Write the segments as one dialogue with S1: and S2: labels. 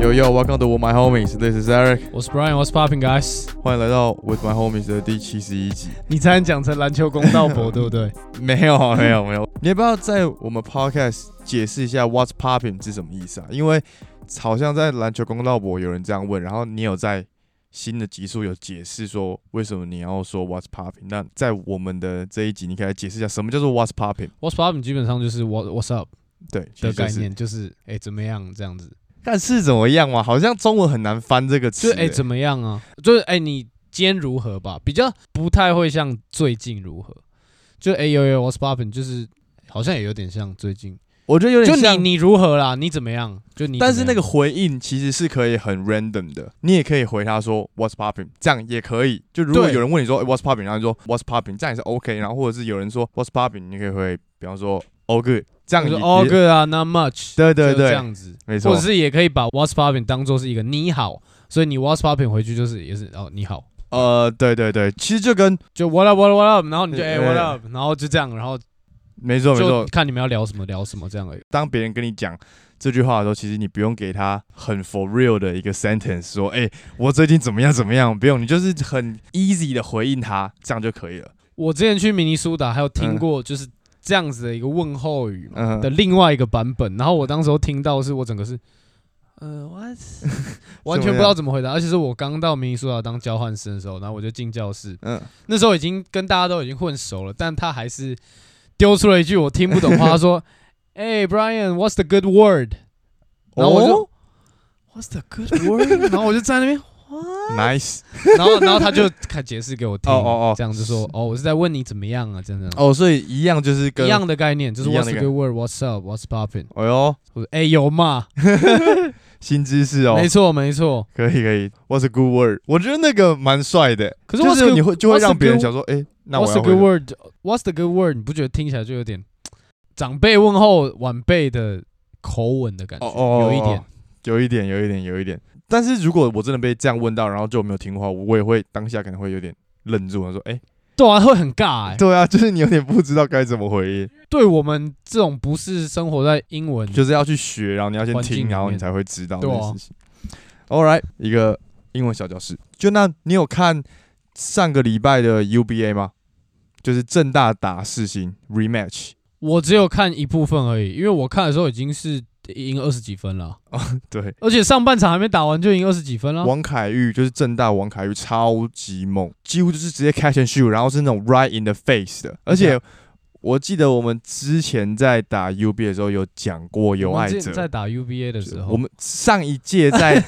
S1: Yo yo, welcome to With My Homies. This is Eric.
S2: 我是 Brian，我是 Popping Guys。
S1: 欢迎来到 With My Homies 的第七十一集。
S2: 你才能讲成篮球公道 博，对不对？
S1: 没 有啊没有没有，你要不要在我们 podcast 解释一下 What's popping 是什么意思啊？因为好像在篮球公道博有人这样问，然后你有在新的集数有解释说为什么你要说 What's popping。那在我们的这一集，你可以来解释一下什么叫做 What's popping。
S2: What's up？基本上就是 What What's up
S1: 对其实
S2: 的概。
S1: 就是
S2: 念，就是哎、诶怎么样这样子，
S1: 但是怎么样嘛？好像中文很难翻这个
S2: 就
S1: 词、欸
S2: 是哎、诶怎么样啊，就是哎、诶你今天如何吧，比较不太会像最近如何，就哎、诶有有 What's up？就是好像也有点像最近，
S1: 我觉得有
S2: 就
S1: 点像
S2: 你你如何啦？你怎么样？就你怎么样，
S1: 但是那个回应其实是可以很 random 的，你也可以回他说 What's popping，这样也可以。就如果
S2: 对
S1: 有人问你说、欸 What's popping，然后你说 What's popping，这样也是 OK。然后或者是有人说 What's popping，你可以回，比方说 All good，这样
S2: 就
S1: 也
S2: 是 All
S1: 也
S2: good 啊，Not much，
S1: 对对
S2: 就这
S1: 对，
S2: 样子，
S1: 没
S2: 或
S1: 错
S2: 者。是也可以把 What's up？当做是一个你好，所以你 What's up？回去就是也是哦你好。
S1: 呃，对对对，其实就跟
S2: 就 what up what up what up，然后你就
S1: 对
S2: 哎、
S1: 对
S2: what up，然后就这样，然后
S1: 没错没
S2: 就
S1: 错，
S2: 看你们要聊什么聊什么这样而已。
S1: 当别人跟你讲这句话的时候，其实你不用给他很 for real 的一个 sentence，说哎、欸我最近怎么样怎么样，不用，你就是很 easy 的回应他，这样就可以了。
S2: 我之前去明尼苏达还有
S1: 嗯
S2: 听过就是这样子的一个问候语嘛
S1: 嗯、
S2: 的另外一个版本，然后我当时候听到是我整个是，呃 what，完全不知道怎么回答，而且是我刚到明尼苏达当交换生的时候，然后我就进教室，
S1: 嗯，
S2: 那时候已经跟大家都已经混熟了，但他还是丢出了一句我听不 懂话，他说，哎、Brian，what's the good word？然后我就、
S1: 哦
S2: What's the good word？然 后我就站在那边。
S1: nice。
S2: 然后然后他就开解释给我听，
S1: 哦哦哦
S2: 这样就说哦，我是在问你怎么样啊，这样这样。
S1: 哦，所以一样就是跟
S2: 一样的概念，就是
S1: 一样
S2: What's
S1: 的
S2: the
S1: 概
S2: good word? What's up? What's popping?
S1: 哎呦，
S2: 或者哎有嘛？
S1: 新知识哦，
S2: 没错没错。
S1: 可以可以，What's a good word？我觉得那个蛮帅的，
S2: 可是
S1: 就
S2: What's
S1: 是
S2: the
S1: 你会就会
S2: what's a
S1: 让别人
S2: good-
S1: 想说，哎，那我
S2: What's the
S1: 要
S2: good
S1: 回
S2: word? What's the good word? 你不觉得听起来就有点长辈问候晚辈的口吻的感觉？
S1: 哦哦，
S2: 有一点
S1: 哦，。有一点，有一点，有一点。但是如果我真的被这样问到，然后就没有听话，我也会当下可能会有点愣住，我说，哎，
S2: 对啊，会很尬哎。
S1: 对啊，就是你有点不知道该怎么回应，
S2: 对我们这种不是生活在英文
S1: 就是要去学，然后你要先
S2: 环境
S1: 听，
S2: 里
S1: 然后你
S2: 面
S1: 才会知道这
S2: 对
S1: 件
S2: 啊
S1: 事情。All right，一个英文小教室。就那，你有看上个礼拜的 UBA 吗？就是正大打世新 rematch。
S2: 我只有看一部分而已，因为我看的时候已经是赢二十几分了，
S1: 对，
S2: 而且上半场还没打完就赢二十几分了。
S1: 王凯玉就是正大王凯玉超级猛，几乎就是直接 catch and shoot，然后是那种 right in the face 的。而且我记得我们之前在打 UBA 的时候有讲过有
S2: 我
S1: 爱
S2: 们之前在
S1: 者。
S2: 打 UVA 的时候，
S1: 我们上一届 在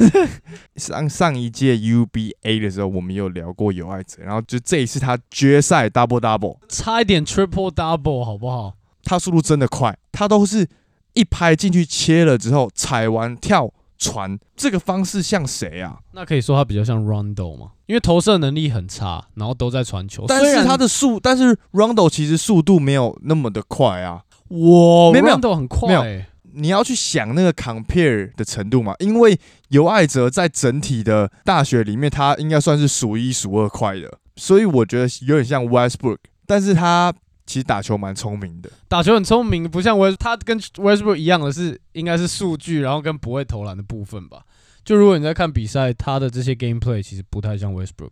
S1: 上上一届 UBA 的时候，我们有聊过有爱者，然后就这一次他决赛 double double，
S2: 差一点 triple double 好不好？
S1: 他速度真的快，他都是一拍进去切了之后踩完跳传，这个方式像谁啊？
S2: 那可以说他比较像 Rondo 嘛，因为投射能力很差，然后都在传球。
S1: 但
S2: 虽
S1: 是
S2: 然
S1: 他的速，但是 Rondo 其实速度没有那么的快啊。
S2: 哇
S1: 没有没有
S2: ，Rondo 很快、
S1: 没有
S2: 欸，
S1: 你要去想那个 compare 的程度嘛，因为尤爱哲在整体的大学里面，他应该算是数一数二快的，所以我觉得有点像 Westbrook，但是他其实打球蛮聪明的。
S2: 打球很聪明，不像 West，他跟 Westbrook 一样的是，应该是数据，然后跟不会投篮的部分吧。就如果你在看比赛，他的这些 game play 其实不太像 Westbrook，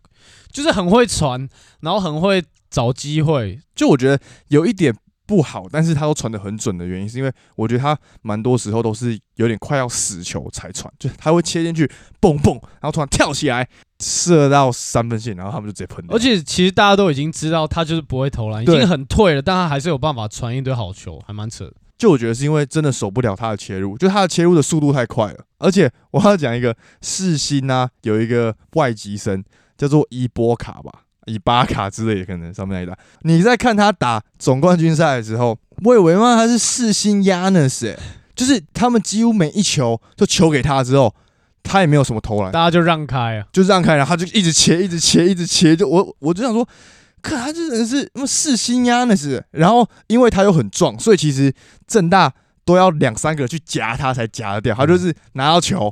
S2: 就是很会传，然后很会找机会，
S1: 就我觉得有一点不好，但是他都传的很准的原因，是因为我觉得他蛮多时候都是有点快要死球才传，就他会切进去，蹦蹦，然后突然跳起来射到三分线，然后他们就直接喷掉。
S2: 而且其实大家都已经知道他就是不会投篮，已
S1: 对
S2: 经很退了，但他还是有办法传一堆好球，还蛮扯的。
S1: 就我觉得是因为真的守不了他的切入，就他的切入的速度太快了。而且我要讲一个世新啊，有一个外籍生叫做伊波卡吧，伊巴卡之类的，可能上面那一打。你在看他打总冠军赛的时候，我以为嘛他是世新 Yanis，、欸、就是他们几乎每一球就球给他之后，他也没有什么投篮，
S2: 大家就让开啊，
S1: 就让开，然后他就一直切，一直切，一直切，就我我就想说，可他真的是那么四星呀，那是。然后因为他又很壮，所以嗯其实正大都要两三个人去夹他才夹得掉，他就是拿到球。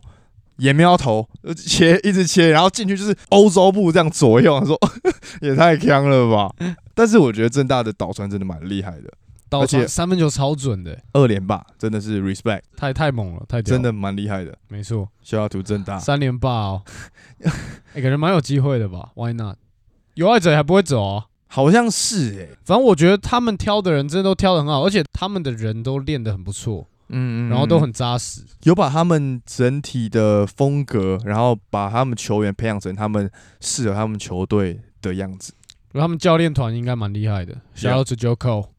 S1: 也没有要投，呃切一直切，然后进去就是欧洲步这样左右，我说 也太强了吧！但是我觉得正大的导传真的蛮厉害的，
S2: 倒
S1: 而且
S2: 传三分球超准的，
S1: 二连霸真的是 respect，
S2: 太太猛了，太屌
S1: 真
S2: 了
S1: 的啊蛮厉害的。
S2: 没错，
S1: 小要图正大，
S2: 三连霸 哦，哎，感觉蛮有机会的吧？Why not？有爱者也还不会走啊。
S1: 好像是哎、
S2: 反正我觉得他们挑的人真的都挑得很好，而且他们的人都练得很不错，
S1: 嗯
S2: 然后都很扎实。
S1: 有把他们整体的风格，然后把他们球员培养成他们适合他们球队的样子。
S2: 然后他们教练团应该蛮厉害的。Shout out to Joko，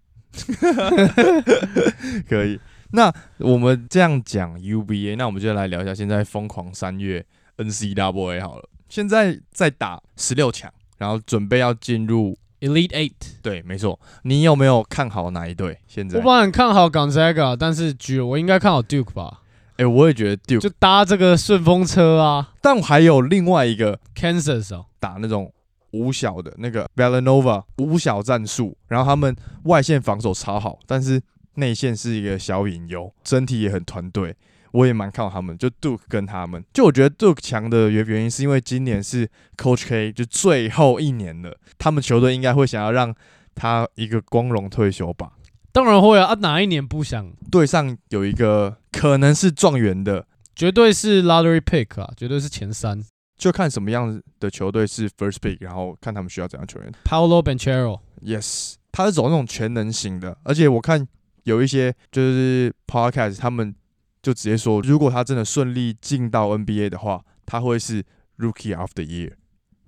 S1: 可以。那我们这样讲 UBA，那我们就来聊一下现在疯狂三月 NCAA 好了。现在在打十六强，然后准备要进入。
S2: Elite Eight。
S1: 对，没错。你有没有看好哪一队？现在
S2: 我，本来很看好 Gonzaga，但是觉得我应该看好 Duke 吧，
S1: 哎、我也觉得 Duke，
S2: 就搭这个顺风车啊
S1: 但我还有另外一个
S2: ，Kansas 哦，
S1: 打那种五小的那个 Villanova 五小战术，然后他们外线防守超好，但是内线是一个小隐忧，整体也很团队。我也蛮看好他们，就 Duke 跟他们，就我觉得 Duke 强的原原因是因为今年是 Coach K 就最后一年了，他们球队应该会想要让他一个光荣退休吧。
S2: 当然会啊，啊哪一年不想？
S1: 队上有一个可能是状元的，
S2: 绝对是 Lottery Pick 啊，绝对是前三。
S1: 就看什么样的球队是 first pick，然后看他们需要怎样球员。
S2: Paolo Banchero，
S1: Yes，他是走那种全能型的，而且我看有一些就是 podcast，他们就直接说，如果他真的顺利进到 NBA 的话，他会是 Rookie of the Year。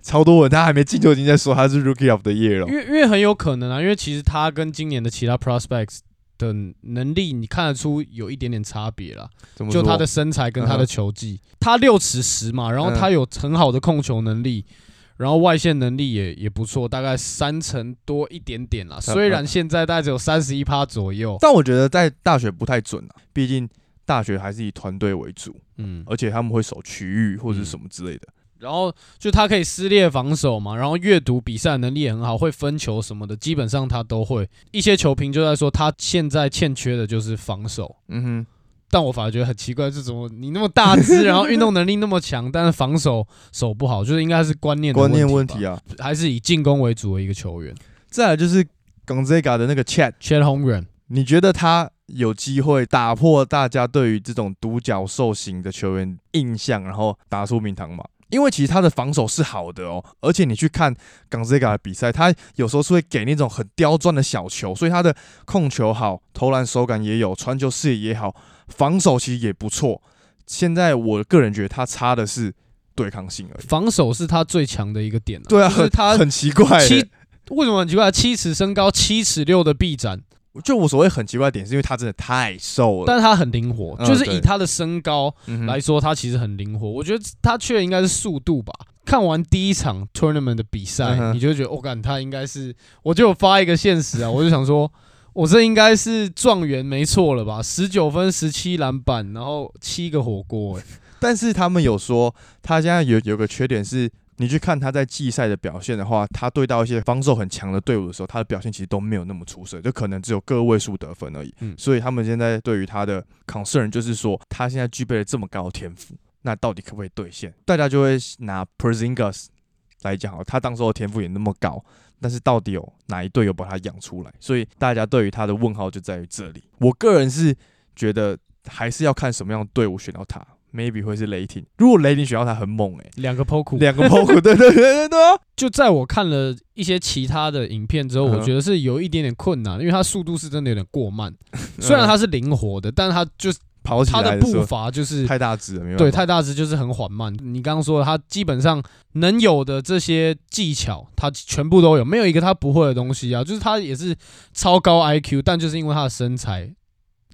S1: 超多人他还没进就已经在说他是 Rookie of the Year 了
S2: 因。为因为很有可能啊，因为其实他跟今年的其他 prospects 的能力，你看得出有一点点差别啦。
S1: 怎么
S2: 就
S1: 说
S2: 他的身材跟他
S1: 嗯哼
S2: 的球技，他六尺十嘛，然后他有很好的控球能力，然后外线能力也也不错，大概三成多一点点啦。虽然现在大概只有三十一趴左右，
S1: 但我觉得在大学不太准啊，毕竟大学还是以团队为主，
S2: 嗯，
S1: 而且他们会守区域或者是
S2: 嗯
S1: 什么之类的。
S2: 然后就他可以撕裂防守嘛，然后阅读比赛能力也很好，会分球什么的，基本上他都会。一些球评就在说他现在欠缺的就是防守。
S1: 嗯哼，
S2: 但我反而觉得很奇怪，是怎么你那么大只，然后运动能力那么强，但是防守守不好，就是应该是观念的
S1: 观念问
S2: 问吧
S1: 题啊。
S2: 还是以进攻为主的一个球员。
S1: 再来就是 Gonzaga 的那个 Chat
S2: Chet Holmgren，
S1: 你觉得他有机会打破大家对于这种独角兽型的球员印象，然后打出名堂吗？因为其实他的防守是好的哦，而且你去看 Gonzaga 的比赛，他有时候是会给那种很刁钻的小球，所以他的控球好，投篮手感也有，传球视野也好，防守其实也不错。现在我个人觉得他差的是对抗性而已。
S2: 防守是他最强的一个点、啊。
S1: 对啊，
S2: 就是
S1: 很
S2: 他
S1: 很奇 怪欸。
S2: 七，为什么很奇怪？七尺身高，七尺六的臂展，
S1: 就我所谓很奇怪的点，是因为他真的太瘦了。
S2: 但他很灵活，
S1: 嗯
S2: 就是
S1: 对
S2: 以他的身高
S1: 嗯哼
S2: 来说，他其实很灵活。我觉得他缺的应该是速度吧。看完第一场 tournament 的比
S1: 嗯
S2: 赛，
S1: 哼
S2: 你就会觉得，我、感他应该是，我就有发一个现实啊，我 就想说，我这应该是状元没错了吧？十九分、十七篮板，然后七个火锅、欸，
S1: 但是他们有说，他现在有有个缺点是，你去看他在季赛的表现的话，他对到一些防守很强的队伍的时候，他的表现其实都没有那么出色，就可能只有个位数得分而已。
S2: 嗯
S1: 所以他们现在对于他的 concern 就是说，他现在具备了这么高的天赋，那到底可不可以兑现？大家就会拿 Perzingas 来讲好了，他当时候的天赋也那么高。但是到底有哪一队有把他养出来？所以大家对于他的问号就在于这里。我个人是觉得还是要看什么样的队伍选到他，maybe 会是雷霆。如果雷霆选到他很猛诶、欸
S2: 两个 poke，
S1: 两个 p o k 对对对对对啊，
S2: 就在我看了一些其他的影片之后，
S1: 嗯哼
S2: 我觉得是有一点点困难，因为他速度是真的有点过慢。虽然他是灵活的，但他就是
S1: 跑起
S2: 他
S1: 嗯来
S2: 的
S1: 的时
S2: 步
S1: 候
S2: 伐就是
S1: 太大只了，没办法
S2: 对太大只，就是很缓慢。你刚刚说的，他基本上能有的这些技巧，他全部都有，没有一个他不会的东西啊。就是他也是超高 IQ，但就是因为他的身材，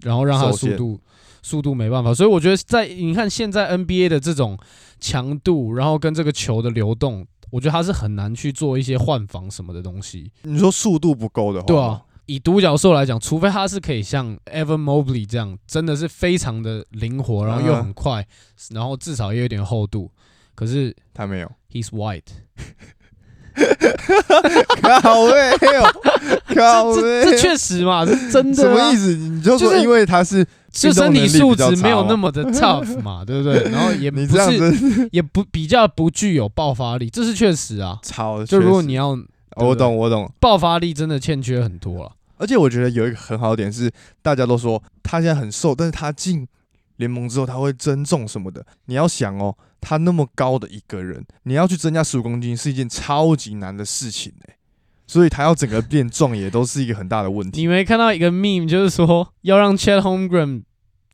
S2: 然后让他的
S1: 受
S2: 速
S1: 限
S2: 度速度没办法。所以我觉得在你看现在 NBA 的这种强度，然后跟这个球的流动，我觉得他是很难去做一些换防什么的东西。
S1: 你说速度不够的话，
S2: 对啊，，以独角兽来讲，除非他是可以像 Evan Mobley 这样，真的是非常的灵活，然后又很快，
S1: 嗯
S2: 然后至少也有点厚度。可是
S1: 他没有，
S2: He's white，
S1: 靠背哦，靠
S2: 这这这
S1: 背，
S2: 确实嘛，是真的、 啊
S1: 什么意？思？你就
S2: 就
S1: 说
S2: 是
S1: 因为他是
S2: 就身体素质没有那
S1: 么，
S2: 么的 tough 嘛，对不对？然后也
S1: 哦
S2: 不
S1: 你这样
S2: 是
S1: 子
S2: 也不比较不具有爆发力，这是确实啊。
S1: 超
S2: 就如果
S1: 确实哦
S2: 你要
S1: 我懂我懂，
S2: 爆发力，真的欠缺很多啊了。
S1: 而且我觉得有一个很好的点是，大家都说他现在很瘦，但是他进联盟之后他会增重什么的。你要想哦，他那么高的一个人，你要去增加十五公斤是一件超级难的事情哎、所以他要整个变壮也都是一个很大的问题。
S2: 你没看到一个 meme，就是说要让 Chad Holmgren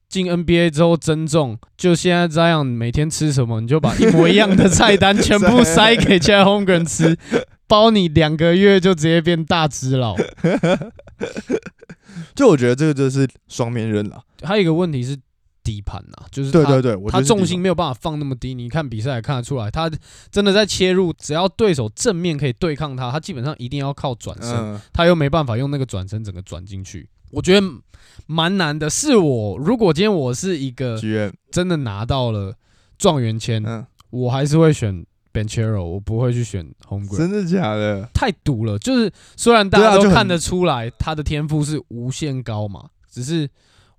S2: 进 NBA 之后增重，就现在这样每天吃什么，你就把一模一样的菜单全部塞 给 Chad Holmgren 吃，包你两个月就直接变大只佬。
S1: 就我觉得这个就是双面刃了。
S2: 还有一个问题是底盘呐、就是
S1: 对
S2: 他
S1: 对对，我觉
S2: 他
S1: 得是
S2: 重
S1: 这
S2: 心
S1: 种
S2: 没有办法放那么低，你看比赛也看得出来，他真的在切入，只要对手正面可以对抗他，他基本上一定要靠转身，
S1: 嗯，
S2: 他又没办法用那个转身整个转进去，我觉得蛮难的。是我如果今天我是一个
S1: 剧院
S2: 真的拿到了状元签，
S1: 嗯，
S2: 我还是会选 Benchero，我不会去选 Homegrown。
S1: 真的假的？
S2: 太赌了，就是虽然大
S1: 对啊
S2: 家
S1: 就
S2: 都
S1: 很
S2: 看得出来他的天赋是无限高嘛，只是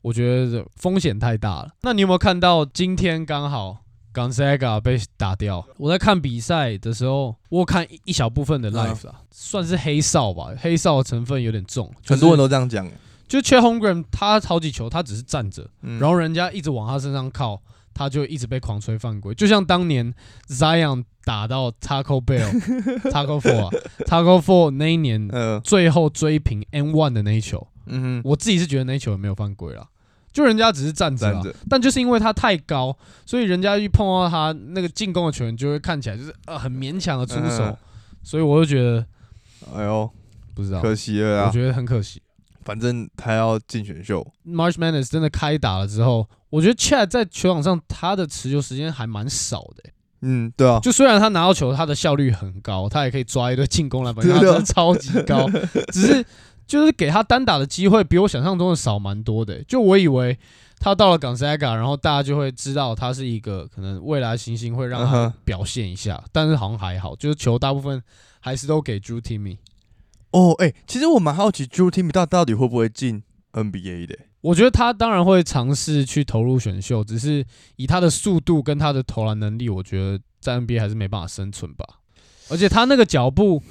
S2: 我觉得风险太大了。那你有没有看到今天刚好 Gonzaga 被打掉？我在看比赛的时候，我有看一一小部分的
S1: 嗯
S2: live 啊，算是黑哨吧，黑哨的成分有点重。就是
S1: 很多人都这样讲、
S2: 就缺 Homegram，他好几球他只是站着，
S1: 嗯，
S2: 然后人家一直往他身上靠，他就一直被狂吹犯规，就像当年 Zion 打到 Taco Bell、Taco Four 啊、Taco Four 那一年
S1: 嗯
S2: 最后追平 N One 的那一球，
S1: 嗯哼，
S2: 我自己是觉得那一球也没有犯规啦，就人家只是站着
S1: 站
S2: 啊，
S1: 着，
S2: 但就是因为他太高，所以人家一碰到他那个进攻的球员就会看起来就是呃很勉强的出手，
S1: 嗯
S2: 所以我就觉得
S1: 哎呦，
S2: 不知道，
S1: 可惜了
S2: 我
S1: 啊，
S2: 觉得很可惜。
S1: 反正他要进选秀，
S2: March Madness 真的开打了之后，我觉得 Chad 在球场上他的持球时间还蛮少的欸、
S1: 嗯，对啊，
S2: 就虽然他拿到球，他的效率很高，他也可以抓一堆进攻篮板，因为他
S1: 对
S2: 真
S1: 啊
S2: 的超级高， 只是就是给他单打的机会比我想象中的少蛮多的欸、就我以为他到了 Gonzaga，然后大家就会知道他是一个可能未来新星，会
S1: 嗯
S2: 让他
S1: 哼
S2: 表现一下，但是好像还好，就是球大部分还是都给 Drew Timmy。
S1: 哦，哎、其实我蛮好奇 Drew Timmy 到到底会不会进 NBA 的、
S2: 我觉得他当然会尝试去投入选秀，只是以他的速度跟他的投篮能力，我觉得在 NBA 还是没办法生存吧。而且他那个脚步，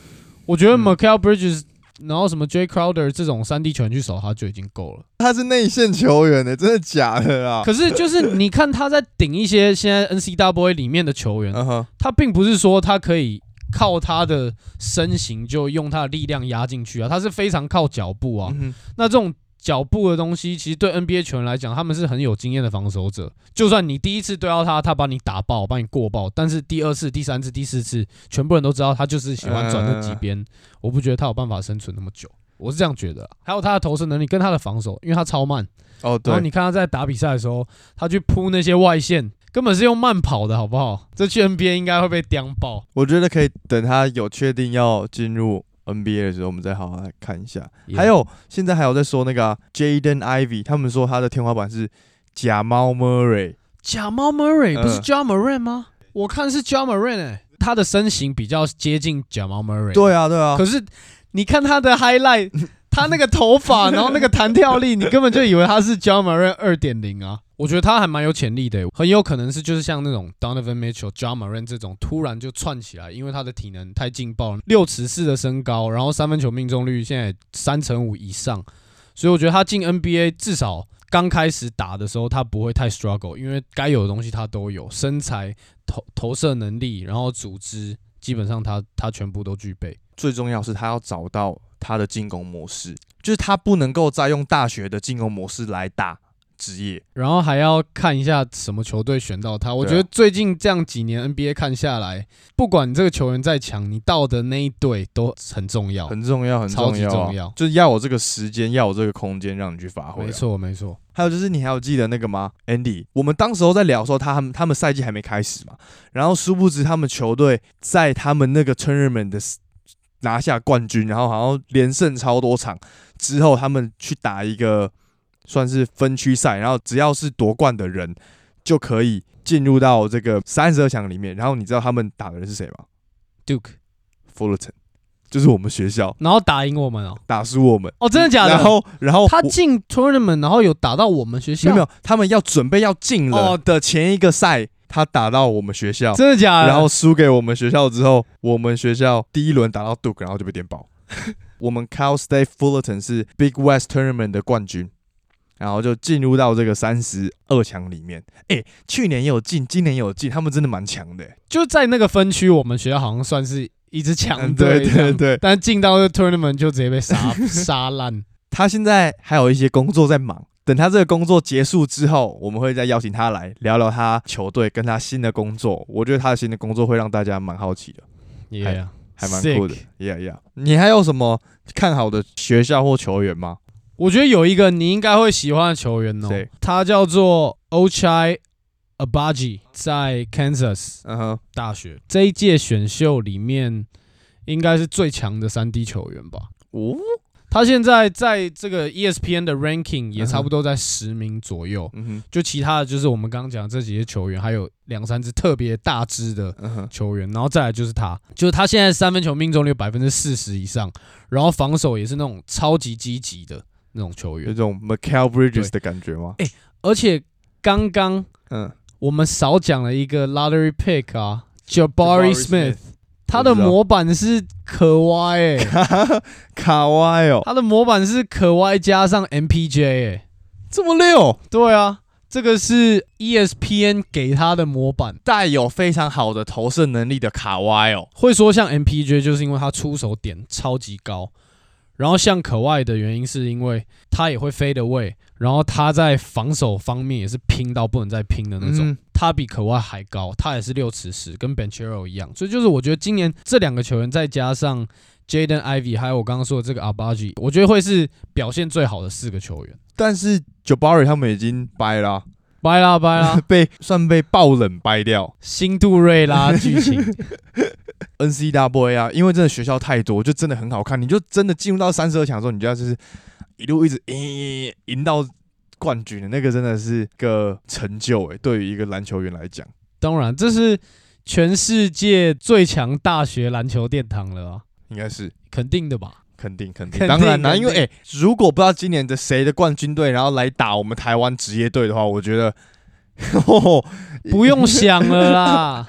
S2: 我觉得
S1: 嗯
S2: m i c a e l Bridges，、然后什么 J Crowder 这种三 D 球员去守他就已经够了。
S1: 他是内线球员呢、真的假的啊？
S2: 可是就是你看他在顶一些现在 NCAA 里面的球员，
S1: 嗯哼，
S2: 他并不是说他可以靠他的身形就用他的力量压进去啊，他是非常靠脚步啊。
S1: 嗯哼
S2: 那这种脚步的东西，其实对 NBA 球员来讲，他们是很有经验的防守者。就算你第一次对到他，他把你打爆，把你过爆，但是第二次、第三次、第四次，全部人都知道他就是喜欢转那几边。我不觉得他有办法生存那么久，我是这样觉得啊。还有他的投射能力跟他的防守，因为他超慢。
S1: 哦，
S2: 然后
S1: 对，
S2: 你看他在打比赛的时候，他去扑那些外线，根本是用慢跑的好不好？这去 NBA 应该会被叼爆。
S1: 我觉得可以等他有确定要进入 NBA 的时候，我们再好好来看一下。还有现在还有在说那个、啊、Jaden Ivy，他们说他的天花板是假猫 Murray，
S2: 假猫 Murray
S1: 嗯
S2: 不是 j a m a r a n 吗？我看是 j a m a r a n 哎、他的身形比较接近假猫 Murray。、
S1: 对啊，对啊，
S2: 可是你看他 的 highlight，他那个头发，然后那个弹跳力，你根本就以为他是 j a m a r a n 二点零啊。我觉得他还蛮有潜力的、欸很有可能是就是像那种 Donovan Mitchell、j a m a r a n 这种突然就窜起来，因为他的体能太劲爆了，六尺四的身高，然后三分球命中率现在三成五以上，所以我觉得他进 NBA 至少刚开始打的时候，他不会太 struggle，因为该有的东西他都有，身材、投投射能力，然后组织，基本上他他全部都具备。
S1: 最重要是他要找到他的进攻模式，就是他不能够再用大学的进攻模式来打职业。
S2: 然后还要看一下什么球队选到他。我
S1: 对啊
S2: 觉得最近这样几年 NBA 看下来，不管你这个球员再强，你到的那一队都很重要。
S1: 很重要，很
S2: 超
S1: 重
S2: 级
S1: 要啊、
S2: 重要
S1: 就是要有这个时间，要有这个空间让你去发挥、啊
S2: 没。错，没错。
S1: 还有就是，你还有记得那个吗，Andy？我们当时候在聊的时候，他们他们赛季还没开始嘛，然后殊不知他们球队在他们那个 tournament 的 s- 拿下冠军，然后好像连胜超多场之后，他们去打一个算是分区赛，然后只要是夺冠的人就可以进入到这个三十二强里面。然后你知道他们打的人是谁吗
S2: Duke
S1: ？Fullerton。就是我们学校
S2: 然后打赢我们哦、
S1: 打输我们，
S2: 哦， 真的假的？
S1: 然后然后
S2: 他
S1: 我
S2: 进 tournament，然后有打到我们学
S1: 没
S2: 校，
S1: 有没有，他们要准备要进了
S2: 哦
S1: 的前一个赛，他打到我们学校，
S2: 真的假的？
S1: 然后输给我们学校之后，我们学校第一轮打到 Duke，然后就被电 爆。我们 Cal State Fullerton 是 Big West Tournament 的冠军，然后就进入到这个三十二强里面。哎、去年也有进，今年也有进，他们真的蛮强的、
S2: 就在那个分区，我们学校好像算是一支强
S1: 嗯，
S2: 队
S1: 对
S2: 这
S1: 对
S2: 样，
S1: 对，
S2: 但进到这 tournament 就直接被杀 杀烂。
S1: 他现在还有一些工作在忙。等他这个工作结束之后，我们会再邀请他来聊聊他球队跟他新的工作。我觉得他的新的工作会让大家蛮好奇的。
S2: Yeah，
S1: 还蛮酷的
S2: Sick
S1: ，Yeah Yeah。你还有什么看好的学校或球员吗？
S2: 我觉得有一个你应该会喜欢的球员哦
S1: 谁，
S2: 他叫做 Ochai Abaji，在 Kansas
S1: 嗯哼，
S2: 大学这一届选秀里面应该是最强的三 D 球员吧。
S1: 哦，
S2: 他现在在这个 E ESPN 的 ranking 也
S1: 嗯哼
S2: 差不多在十名左右，
S1: 嗯
S2: 就其他的就是我们刚刚讲的这几些球员，还有两三支特别大支的
S1: 哼，嗯哼，
S2: 球员，然后再来就是他，就是他现在三分球命中率百分之四十以上，然后防守也是那种超级积极的那种球
S1: 有
S2: 员，
S1: 种 Michael Bridges 的感觉吗？
S2: 而且刚刚
S1: 嗯
S2: 我们少讲了一个 lottery pick 啊，Jabari Smith，他的
S1: 我知道
S2: 模板是可歪诶，
S1: 卡哇伊哦，
S2: 他的模板是可歪加上 MPJ 诶，
S1: 这么溜，哦
S2: 对啊，这个是 E ESPN 给他的模板。
S1: 带有非常好的投射能力的卡哇伊哦，
S2: 会说像 MPJ 就是因为他出手点超级高，然后像可外的原因是因为他也会飞的位，然后他在防守方面也是拼到不能再拼的那种。
S1: 嗯
S2: 他比可外还高，他也是六尺十，跟 Benchero 一样。所以就是我觉得今年这两个球员再加上 Jaden Ivy 还有我刚刚说的这个 Abaji，我觉得会是表现最好的四个球员。
S1: 但是 Jabari 他们已经掰啊啦，，
S2: 拜啦拜啦
S1: 被算被爆冷掰掉。
S2: 新杜瑞拉剧情
S1: N C W A 啊，因为真的学校太多，就真的很好看。你就真的进入到三十二强之后，你就要就是一路一直赢赢到冠军的那个，真的是个成就诶、对于一个篮球员来讲，
S2: 当然这是全世界最强大学篮球殿堂了啊。
S1: 应该是
S2: 肯定 的吧？
S1: 肯定肯定。
S2: 肯定
S1: 当然啦，
S2: 肯
S1: 因
S2: 定
S1: 为诶、如果不知道今年的谁的冠军队，然后来打我们台湾职业队的话，我觉得。
S2: 不用想了啦。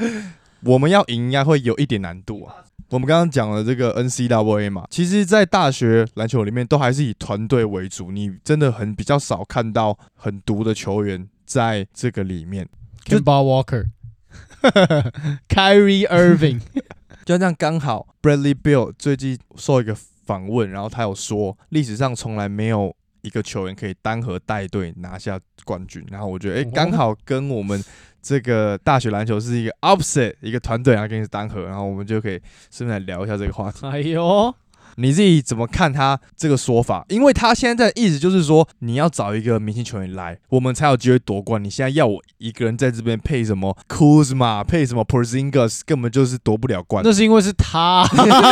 S1: 我们要赢应该会有一点难度啊。我们刚刚讲了这个 N C W A 嘛，其实，在大学篮球里面都还是以团队为主，你真的很比较少看到很毒的球员在这个里面。
S2: k e m b a Walker、Kyrie Irving，
S1: 就像刚好 Bradley Bill 最近受一个访问，然后他有说，历史上从来没有一个球员可以单核带队拿下冠军。然后我觉得，哎、
S2: 哦
S1: 刚好跟我们这个大学篮球是一个 opposite 一个团队，然后跟你是单核，然后我们就可以顺便来聊一下这个话题。
S2: 哎呦，
S1: 你自己怎么看他这个说法？因为他现在的意思就是说，你要找一个明星球员来，我们才有机会夺冠。你现在要我一个人在这边配什么 Kuzma，配什么 Porzingis，根本就是夺不了冠。
S2: 那是因为是他，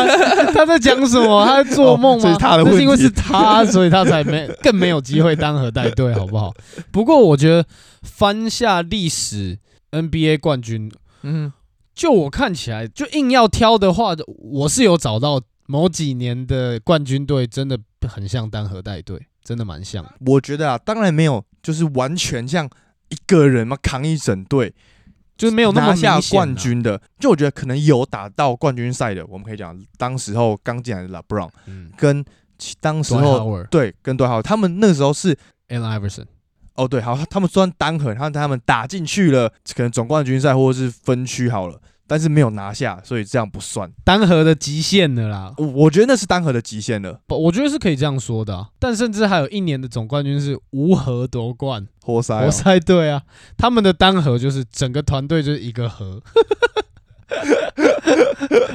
S2: 他在讲什么？他在做梦
S1: 哦
S2: 吗？
S1: 这是他的
S2: 那
S1: 问
S2: 是
S1: 题
S2: 因为是他，所以他才没更没有机会当核带队，好不好？不过我觉得翻下历史 NBA 冠军，
S1: 嗯，
S2: 就我看起来，就硬要挑的话，我是有找到某几年的冠军队，真的很像单核带队，真的蛮像的。
S1: 我觉得啊，当然没有，就是完全像一个人嘛扛一整队，
S2: 就是没有那么
S1: 拿下
S2: 明显啊
S1: 冠军的。就我觉得可能有打到冠军赛的，我们可以讲当时候刚进来的 LeBron
S2: 嗯，
S1: 跟其当时
S2: 之
S1: 候
S2: 后
S1: 对跟多豪，他们那时候是
S2: a l n Iverson，
S1: 哦，对，好，他们虽然单核，然后他们打进去了，可能总冠军赛或者是分区好了，但是没有拿下，所以这样不算。
S2: 单核的极限的啦。
S1: 我我觉得那是单核的极限了。
S2: 不，我觉得是可以这样说的、啊。但甚至还有一年的总冠军是无核夺冠，
S1: 活塞、
S2: 活
S1: 哦，
S2: 塞队啊，他们的单核就是整个团队就是一个核。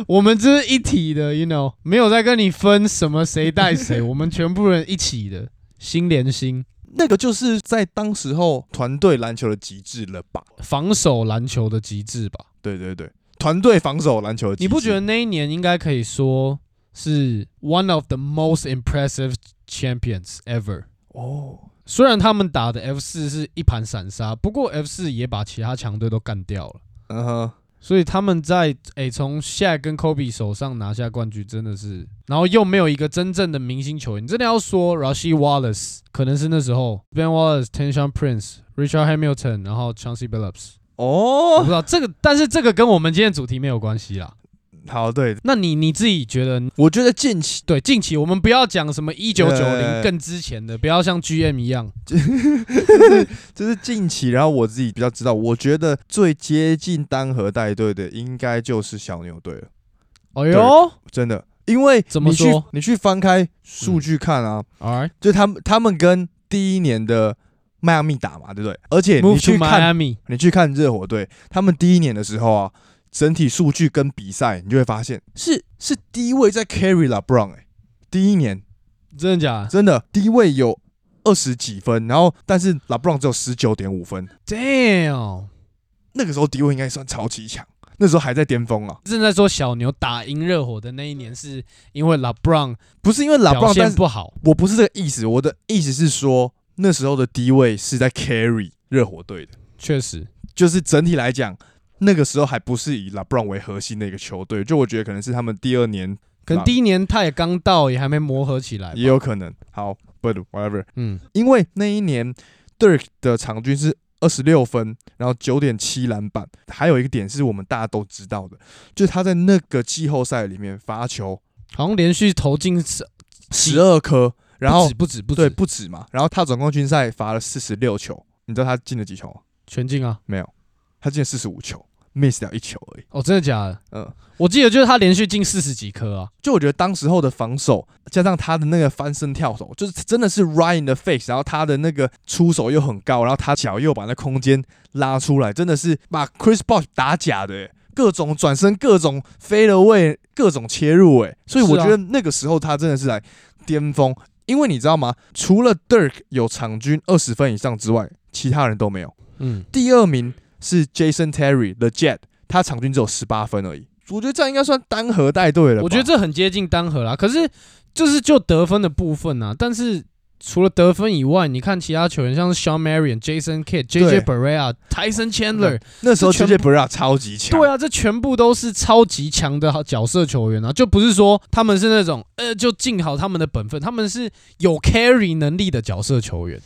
S2: 我们这是一体的，you know，没有在跟你分什么谁带谁， 我们全部人一起的，心连心。
S1: 那个就是在当时候团队篮球的极致了吧？
S2: 防守篮球的极致吧，
S1: 对对对，团队防守篮球的极致
S2: 你不觉得？那一年应该可以说是 one of the most impressive champions ever？
S1: 哦，
S2: 虽然他们打的 F 四是一盘散沙，不过 F 四也把其他强队都干掉了。
S1: 嗯哼，
S2: 所以他们在诶从夏跟 Kobe 手上拿下冠军，真的是，然后又没有一个真正的明星球员。你真的要说 Rasheed Wallace，可能是那时候 Ben Wallace、Tension Prince、Richard Hamilton，然后 Chauncey Billups，我
S1: 哦，
S2: 不知道这个，但是这个跟我们今天的主题没有关系啦。
S1: 好，对，
S2: 那你你自己觉得
S1: 我觉得近期
S2: 对，近期我们不要讲什么一九九零
S1: 对
S2: 更之前的，不要像 GM 一样。
S1: 就是近期，然后我自己比较知道，我觉得最接近单核带队的应该就是小牛队了，
S2: 哎呦
S1: 真的，因为
S2: 怎么
S1: 你去
S2: 说嗯
S1: 你去翻开数据看啊，
S2: ，All
S1: 就他们他们跟第一年的迈阿密打嘛，对不对？而且哎
S2: right，
S1: 你
S2: move to
S1: 去看
S2: Miami，
S1: 你去看热火队，他们第一年的时候啊，整体数据跟比赛，你就会发现是是低位在 carry LeBron 哎、第一年
S2: 真的假的
S1: 真的低位有二十几分，然后但是 LeBron 只有十九点五分，
S2: ？Damn，
S1: 那个时候低位应该算超级强，那时候还在巅峰啊，
S2: 正在说小牛打赢热火的那一年，是因为 LeBron
S1: 不是因为
S2: 表
S1: LeBron，但
S2: 现
S1: 是
S2: 不好。
S1: 我不是这个意思，我的意思是说那时候的低位是在 carry 热火队的。
S2: 确实，
S1: 就是整体来讲，那个时候还不是以 LeBron 为核心的一个球队，就我觉得可能是他们第二年
S2: 可能
S1: 啊
S2: 第一年他也刚到，也还没磨合起来。
S1: 也，有可能。好，but whatever，
S2: 嗯，
S1: 因为那一年 Dirk 的场均是二十六分，然后九点七篮板，还有一个点是我们大家都知道的，就是他在那个季后赛里面罚球
S2: 好像连续投进十，
S1: 十二颗，然后
S2: 不止不止不
S1: 对
S2: 止，
S1: 不止嘛，然后他总共军赛罚了四十六球，你知道他进了几球吗？
S2: 全进啊！
S1: 没有，他进了四十五球，miss 掉一球而已。
S2: 哦，真的假的？
S1: 嗯，
S2: 我记得就是他连续进四十几颗啊。
S1: 就我觉得当时候的防守，加上他的那个翻身跳投，就是真的是 right in the face，然后他的那个出手又很高，然后他脚又把那空间拉出来，真的是把 Chris Bosh 打假的、欸，各种转身，各种飞了位，各种切入、欸，所以我
S2: 是啊
S1: 觉得那个时候他真的是来巅峰，因为你知道吗？除了 Dirk 有场均二十分以上之外，其他人都没有。
S2: 嗯，
S1: 第二名是 Jason Terry The Jet，他场均只有十八分而已。我觉得这样应该算单核带队了吧。
S2: 我觉得这很接近单核啦。可是就是就得分的部分啊，但是除了得分以外，你看其他球员像是 Sean Marion、Jason Kidd、
S1: 对
S2: J.J. Barea、Tyson Chandler，
S1: 那时候
S2: 这
S1: JJ
S2: 全
S1: b r a 超级强，
S2: 对啊，这全部都是超级强的好角色球员啊，就不是说他们是那种呃就尽好他们的本分，他们是有 carry 能力的角色球员。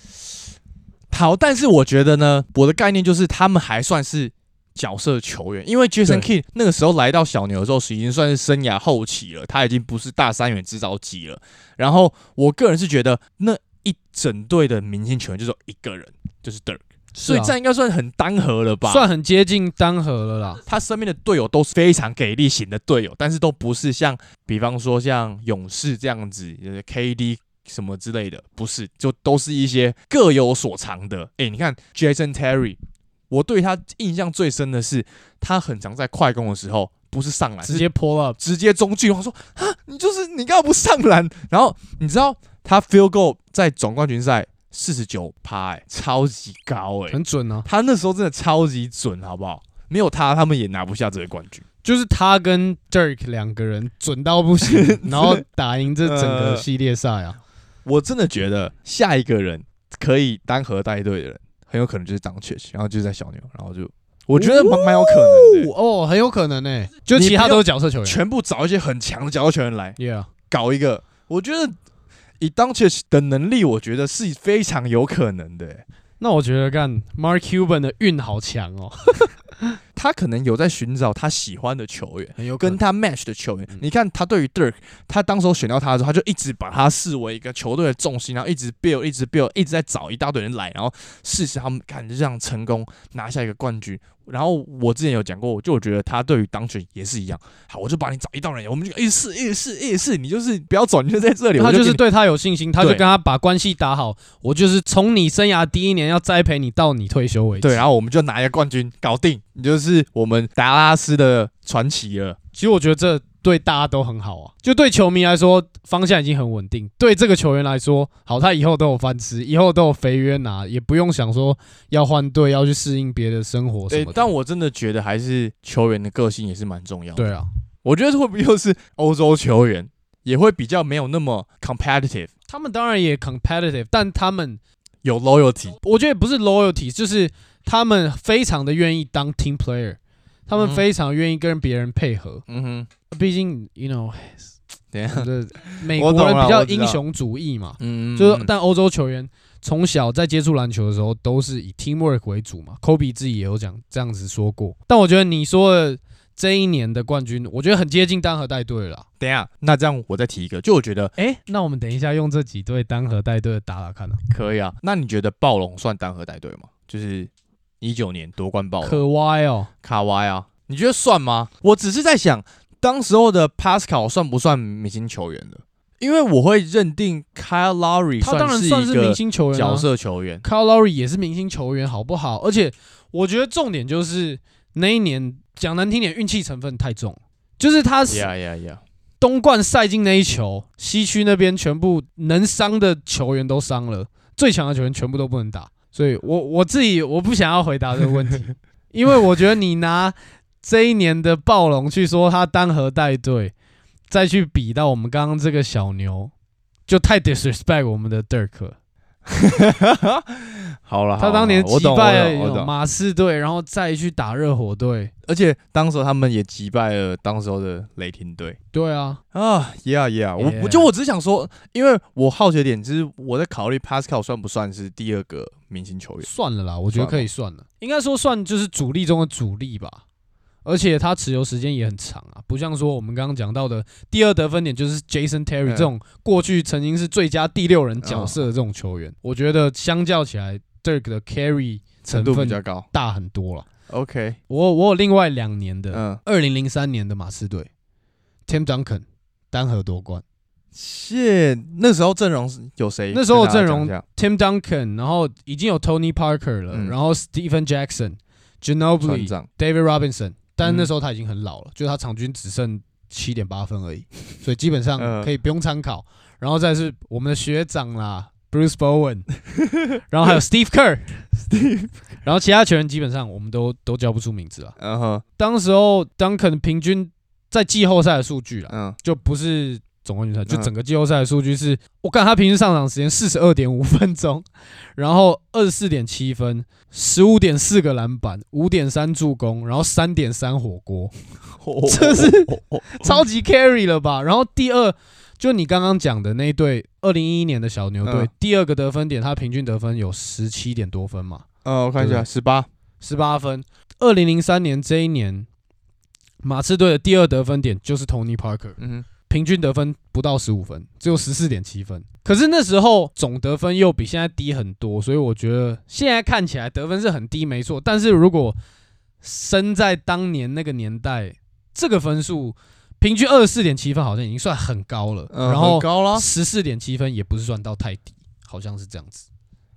S1: 好，但是我觉得呢，我的概念就是他们还算是角色球员，因为 Jason
S2: 对
S1: Kidd 那个时候来到小牛的时候，已经算是生涯后期了，他已经不是大三元制造机了。然后我个人是觉得那一整队的明星球员就是有一个人，就是 Dirk，、
S2: 是
S1: 所以
S2: 啊
S1: 这样应该算很单核了吧？
S2: 算很接近单核了啦。
S1: 他身边的队友都是非常给力型的队友，但是都不是像，比方说像勇士这样子呃，KD 什么之类的，不是，就都是一些各有所长的。诶、你看 Jason Terry，我对他印象最深的是，他很常在快攻的时候，不是上篮，
S2: 直
S1: 是
S2: 接 pull up，
S1: 直接中距，他说啊，你就是你干嘛不上篮？然后你知道他 field goal 在总冠军赛四十九趴，诶超级高欸诶、
S2: 很准啊！
S1: 他那时候真的超级准，好不好？没有他，他们也拿不下这个冠军。
S2: 就是他跟 Dirk 两个人准到不行， 然后打赢这整个
S1: 呃
S2: 系列赛啊。
S1: 我真的觉得下一个人可以单核带队的人，很有可能就是张确，然后就是在小牛，然后就我觉得蛮蛮有可能的、
S2: 哦，很有可能呢、就
S1: 你
S2: 其他
S1: 不用
S2: 都是角色球员。
S1: 全部找一些很强的角球员来
S2: Yeah，
S1: 搞一个。我觉得以当确的能力，我觉得是非常有可能的、
S2: 那我觉得干 Mark Cuban 的运好强哦，
S1: 他可能有在寻找他喜欢的球员，
S2: 很有可
S1: 跟
S2: 能。
S1: 他 match 的球员
S2: 嗯。
S1: 你看他对于 Dirk，他当时候选到他的时候，他就一直把他视为一个球队的重心，然后一直 build，一直 build，一直在找一大堆人来，然后事实他们看就这样成功拿下一个冠军。然后我之前有讲过，我就我觉得他对于当选也是一样，好，我就把你找一道人，我们就一试一试一试，你就是不要走，你就在这里，
S2: 他
S1: 我
S2: 就是
S1: 给你
S2: 对他有信心，他就
S1: 对
S2: 跟他把关系打好。我就是从你生涯第一年要栽培你到你退休为止。
S1: 对，然后我们就拿一个冠军搞定，你就是我们达拉斯的传奇了。
S2: 其实我觉得这对大家都很好啊，就对球迷来说方向已经很稳定，对这个球员来说，好，他以后都有饭吃，以后都有肥约拿，也不用想说要换队，要去适应别的生活什
S1: 对
S2: 么，的。
S1: 但我真的觉得还是球员的个性也是蛮重要的。
S2: 对啊，
S1: 我觉得会不会又是欧洲球员也会比较没有那么 competitive，
S2: 他们当然也 competitive，但他们
S1: 有 loyalty。
S2: 我觉得也不是 loyalty，就是他们非常的愿意当 team player，他们
S1: 嗯
S2: 非常愿意跟别人配合。
S1: 嗯哼，
S2: 毕竟，you know，
S1: 等一下
S2: 我，们 的美
S1: 我
S2: 国
S1: 懂
S2: 人
S1: 了
S2: 比较
S1: 我知道
S2: 英雄主义嘛，
S1: 嗯
S2: 就是但欧洲球员从小在接触篮球的时候都是以 teamwork 为主嘛。科比自己也有讲这样子说过。但我觉得你说的这一年的冠军，我觉得很接近单核带队了啦。
S1: 等一下，那这样我再提一个，就我觉得
S2: 哎，那我们等一下用这几队单核带队的打打看啊。
S1: 可以啊。那你觉得暴龙算单核带队吗？就是一九年夺冠暴龙
S2: 可歪哦，
S1: 卡哇呀，你觉得算吗？我只是在想，当时候的 Pascal 算不算明星球员的？因为我会认定 Kyle Lowry
S2: 他当然
S1: 是
S2: 算
S1: 一
S2: 是明
S1: 个
S2: 星球员、啊、
S1: 角色球员。
S2: Kyle Lowry 也是明星球员，好不好？而且我觉得重点就是那一年讲难听点，运气成分太重了，就是他是
S1: 呀呀呀！
S2: 东冠赛进那一球，西区那边全部能伤的球员都伤了，最强的球员全部都不能打，所以我我自己我不想要回答这个 问题，因为我觉得你拿这一年的暴龙去说他单核带队，再去比到我们刚刚这个小牛，就太 disrespect 我们的 Dirk 了。
S1: 好了，
S2: 他
S1: 好啦
S2: 当年
S1: 啊我
S2: 击
S1: 懂，我
S2: 败
S1: 懂，我懂。
S2: 马刺队，然后再去打热火队。
S1: 而且当时候他们也击败了当时候的雷霆队
S2: 对啊，
S1: 啊，Yeah Yeah，我
S2: Yeah
S1: 我就我只是想说，因为我好奇的点就是我在考虑 Pascal 算不算是第二个明星球员，
S2: 算了啦，我觉得
S1: 算吗
S2: 可以算了，应该说算就是主力中的主力吧。而且他持有时间也很长啊，不像说我们刚刚讲到的第二得分点就是 Jason Terry
S1: 嗯
S2: 这种过去曾经是最佳第六人角色的这种球员，我觉得相较起来，Dirk 的 carry
S1: 程
S2: 成
S1: 度
S2: 分
S1: 比较高。
S2: 大很多了。
S1: OK，
S2: 我我有另外两年的，
S1: 嗯，
S2: 二零零三年的马刺队，Tim Duncan 单核夺冠。
S1: 谢那时候阵容是有谁？
S2: 那时候
S1: 跟大家
S2: 阵容
S1: 讲一下
S2: Tim Duncan，然后已经有 Tony Parker 了，
S1: 嗯
S2: 然后 Stephen Jackson、
S1: 船
S2: Ginobili、
S1: 长
S2: David Robinson，
S1: 嗯
S2: 但那时候他已经很老了，就他场均只剩七点八分 而已，所以基本上
S1: 嗯
S2: 可以不用参考。然后再是我们的学长啦，Bruce Bowen，然后还有 Steve Kerr，然 后其他球员基本上我们都都叫不出名字了。
S1: 嗯哼，
S2: 当时候 Duncan 平均在季后赛的数据啦，
S1: 嗯，
S2: 就不是总冠军赛，就
S1: 嗯
S2: 整个季后赛的数据是，我看他平均上场时间四十二点五分钟，然后二十四点七分，十五点四个篮板，五点三助攻，然后三点三火锅，这是
S1: 哦
S2: 超级 carry 了吧？然后第二，就你刚刚讲的那一队二零一一年的小牛队，
S1: 嗯
S2: 第二个得分点，他平均得分有十七点多分嘛，
S1: 嗯，我看一
S2: 对
S1: 下，十八，
S2: 十八分。二零零三年这一年，马刺队的第二得分点就是 Tony Parker。
S1: 嗯哼，
S2: 平均得分不到十五分，只有十四点七分。可是那时候总得分又比现在低很多，所以我觉得现在看起来得分是很低，没错。但是如果生在当年那个年代，这个分数平均二十四点七分好像已经算很高了，
S1: 嗯
S2: 然后
S1: 很高啦，
S2: 十四点七分也不是算到太低，好像是这样子。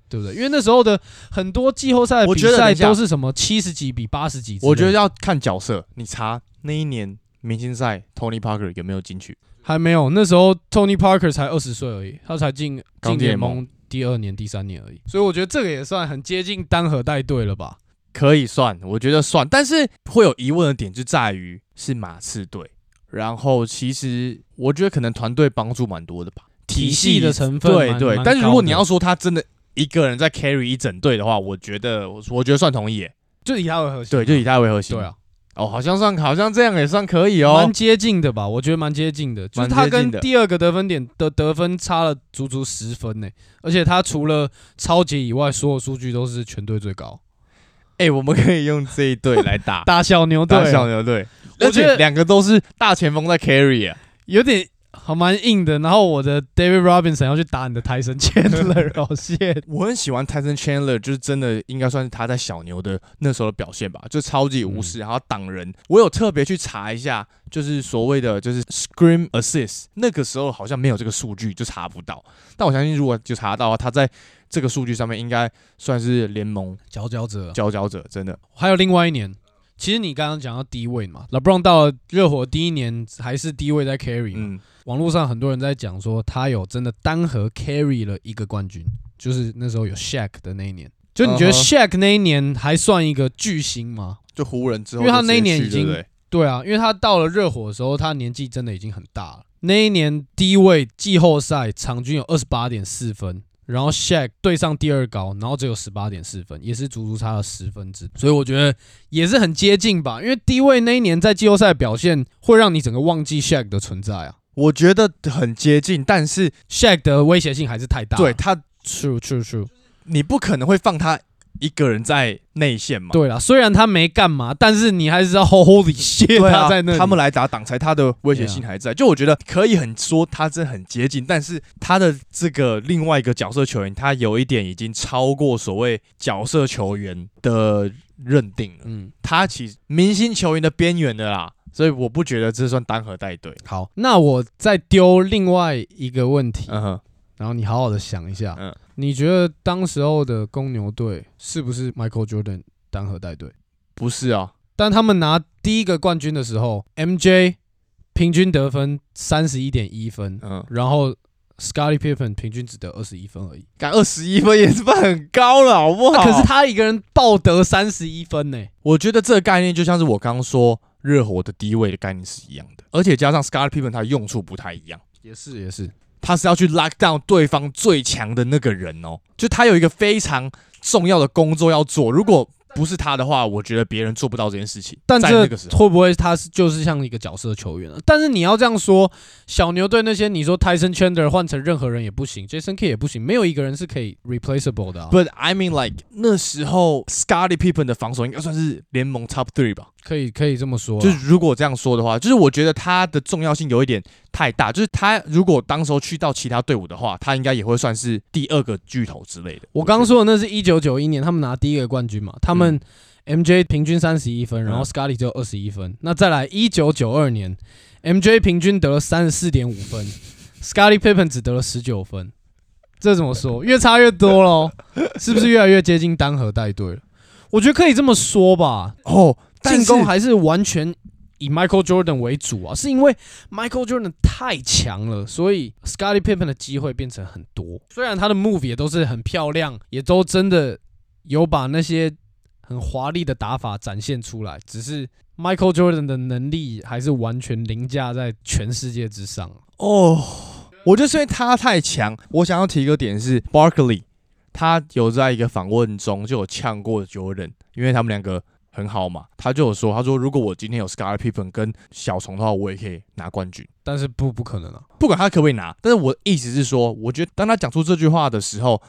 S2: 对不对？因为那时候的很多季后赛的
S1: 我
S2: 比
S1: 觉得等
S2: 赛
S1: 一下
S2: 都是什么七十几比八十几之类的，
S1: 我觉得要看角色，你查那一年明星赛 Tony Parker 有没有进去？
S2: 还没有，那时候 Tony Parker 才二十岁而已，他才进
S1: 钢
S2: 进
S1: 铁
S2: 联
S1: 盟
S2: 盟第二年、第三年而已，所以我觉得这个也算很接近单核带队了吧？
S1: 可以算，我觉得算，但是会有疑问的点就在于是马刺队，然后其实我觉得可能团队帮助蛮多的吧，
S2: 体
S1: 系
S2: 系的成分
S1: 对
S2: 蛮
S1: 对
S2: 蛮，
S1: 但是如果你
S2: 高的
S1: 要说他真的一个人在 carry 一整队的话，我觉得我我觉得算同意耶，
S2: 就以他为核心，
S1: 对，就以他为核心，
S2: 对，啊，
S1: 哦，好像算好像这样也算可以哦
S2: 蛮，接近的吧？我觉得蛮接近的，就是他
S1: 蛮接近
S2: 跟
S1: 的
S2: 第二个得分点的得分差了足足十分呢、欸而且他除了超级以外，所有数据都是全队最高，
S1: 哎、我们可以用这一队来 打
S2: 大小牛队
S1: 打小牛队，
S2: 我
S1: 而
S2: 觉
S1: 且
S2: 得
S1: 两个都是大前锋在 carry 啊，
S2: 有点。还蛮硬的，然后我的 David Robinson 要去打你的台 神 Chandler，好谢
S1: 我很喜欢 Tyson Chandler，就是真的应该算是他在小牛的那时候的表现吧，就超级无
S2: 嗯
S1: 视，然后挡人。我有特别去查一下，就是所谓的就是 scream assist，那个时候好像没有这个数据，就查不到。但我相信，如果就查到的话，他在这个数据上面应该算是联盟
S2: 佼佼者，
S1: 佼佼者，真的。
S2: 还有另外一年，其实你刚刚讲到低位嘛，LeBron 到了热火第一年还是低位在 carry 嘛。
S1: 嗯，
S2: 网络上很多人在讲说他有真的单核 carry 了一个冠军，就是那时候有 Shaq 的那一年。就你觉得
S1: 嗯哼
S2: Shaq 那一年还算一个巨星吗？
S1: 就湖人之后
S2: 因为他
S1: 就直接
S2: 那一年
S1: 去
S2: 已经
S1: 对不对
S2: 对啊，因为他到了热火的时候，他年纪真的已经很大了。那一年低位季后赛场均有二十八点四分，然后 Shaq 对上第二高，然后只有十八点四分，也是足足差了十分之，所以我觉得也是很接近吧。因为低位那一年在季后赛的表现，会让你整个忘记 Shaq 的存在啊。
S1: 我觉得很接近，但是
S2: Shaq 的威胁性还是太大。
S1: 对他，
S2: ，true true true。
S1: 你不可能会放他一个人在内线嘛。
S2: 对啦，虽然他没干嘛，但是你还是要 holy shit
S1: 对
S2: 他
S1: 啊
S2: 在那里。
S1: 他们来打挡拆，他的威胁性还在。就我觉得可以很说他真的很接近，但是他的这个另外一个角色球员，他有一点已经超过所谓角色球员的认定了，
S2: 嗯，
S1: 他其实明星球员的边缘的啦。所以我不觉得这算单核带队。
S2: 好，那我再丢另外一个问题，
S1: 嗯哼，
S2: 然后你好好的想一下，
S1: 嗯
S2: 你觉得当时候的公牛队是不是 Michael Jordan 单核带队？
S1: 不是啊，
S2: 但他们拿第一个冠军的时候，MJ 平均得分三十一点一分，
S1: 嗯，
S2: 然后 Scottie Pippen 平均只得二十一分而已。
S1: 敢二十一分也是算很高了，好不好？
S2: 啊可是他一个人爆得三十一分呢、
S1: 我觉得这个概念就像是我刚刚说热火的低位的概念是一样的，而且加上 Scottie Pippen 它的用处不太一样，
S2: 也是也是，
S1: 他是要去 lock down 对方最强的那个人哦，就他有一个非常重要的工作要做，如果不是他的话，我觉得别人做不到这件事情。
S2: 但
S1: 在
S2: 这
S1: 那个时候，
S2: 会不会他是就是像一个角色球员、啊？但是你要这样说，小牛队那些你说 Tyson Chandler 换成任何人也不行，Jason Kidd 也不行，没有一个人是可以 replaceable 的、啊，
S1: But I mean like 那时候 Scottie Pippen 的防守应该算是联盟 top three 吧，
S2: 可以可以这么说啊。
S1: 就是如果这样说的话，就是我觉得他的重要性有一点太大，就是他如果当时候去到其他队伍的话，他应该也会算是第二个巨头之类的。
S2: 我刚
S1: 觉
S2: 刚
S1: 得
S2: 说的那是一九九一年他们拿第一个冠军嘛，他们 MJ 平均三十一分，然后
S1: 嗯
S2: Scotty 只有二十一分。那再来一九九二年，MJ 平均得了三十四点五分，Scotty Pippen 只得了十九分。这怎 么说？越差越多喽，是不是越来越接近单核带队了？我觉得可以这么说吧，
S1: 哦，但
S2: 进
S1: 是
S2: 攻还是完全以 Michael Jordan 为主啊，是因为 Michael Jordan 太强了，所以 Scottie Pippen 的机会变成很多。虽然他的 move 也都是很漂亮，也都真的有把那些很华丽的打法展现出来，只是 Michael Jordan 的能力还是完全凌驾在全世界之上啊。
S1: 哦，我就是因为他太强。我想要提一个点是 Barkley，他有在一个访问中就有呛过 Jordan，因为他们两个很好嘛，他就有说，他说如果我今天有 Scottie Pippen 跟小虫的话，我也可以拿冠军。
S2: 但是不不可能啊，
S1: 不管他可不可以拿，但是我的意思是说，我觉得当他讲出这句话的时候，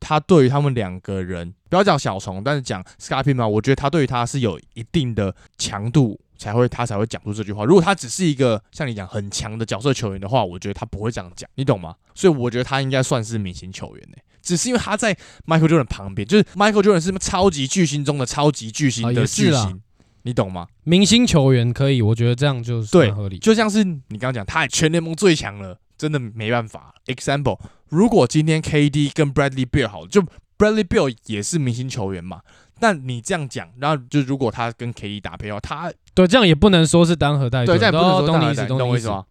S1: 他对于他们两个人，不要讲小虫，但是讲 Scarpin 嘛，我觉得他对于他是有一定的强度，才会他才会讲出这句话。如果他只是一个像你讲很强的角色球员的话，我觉得他不会这样讲，你懂吗？所以我觉得他应该算是明星球员呢、只是因为他在 Michael Jordan 旁边，就是 Michael Jordan 是超级巨星中的超级巨星
S2: 啊
S1: 的
S2: 也是
S1: 巨
S2: 啦
S1: 星，你懂吗？
S2: 明星球员可以，我觉得这样就是
S1: 对
S2: 蛮合理。
S1: 就像是你刚刚讲，他全联盟最强了，真的没办法。Example，如果今天 KD 跟 Bradley Beal 好了，就 Bradley Beal 也是明星球员嘛。但你这样讲，然后就如果他跟 KD 搭配的话，他
S2: 对，这样也不能说是单核带队，
S1: 哎对，这样也不能说
S2: 哦懂
S1: 大
S2: 你意
S1: 家
S2: 思，
S1: 懂
S2: 你
S1: 我
S2: 意
S1: 意思
S2: 思。
S1: 吗？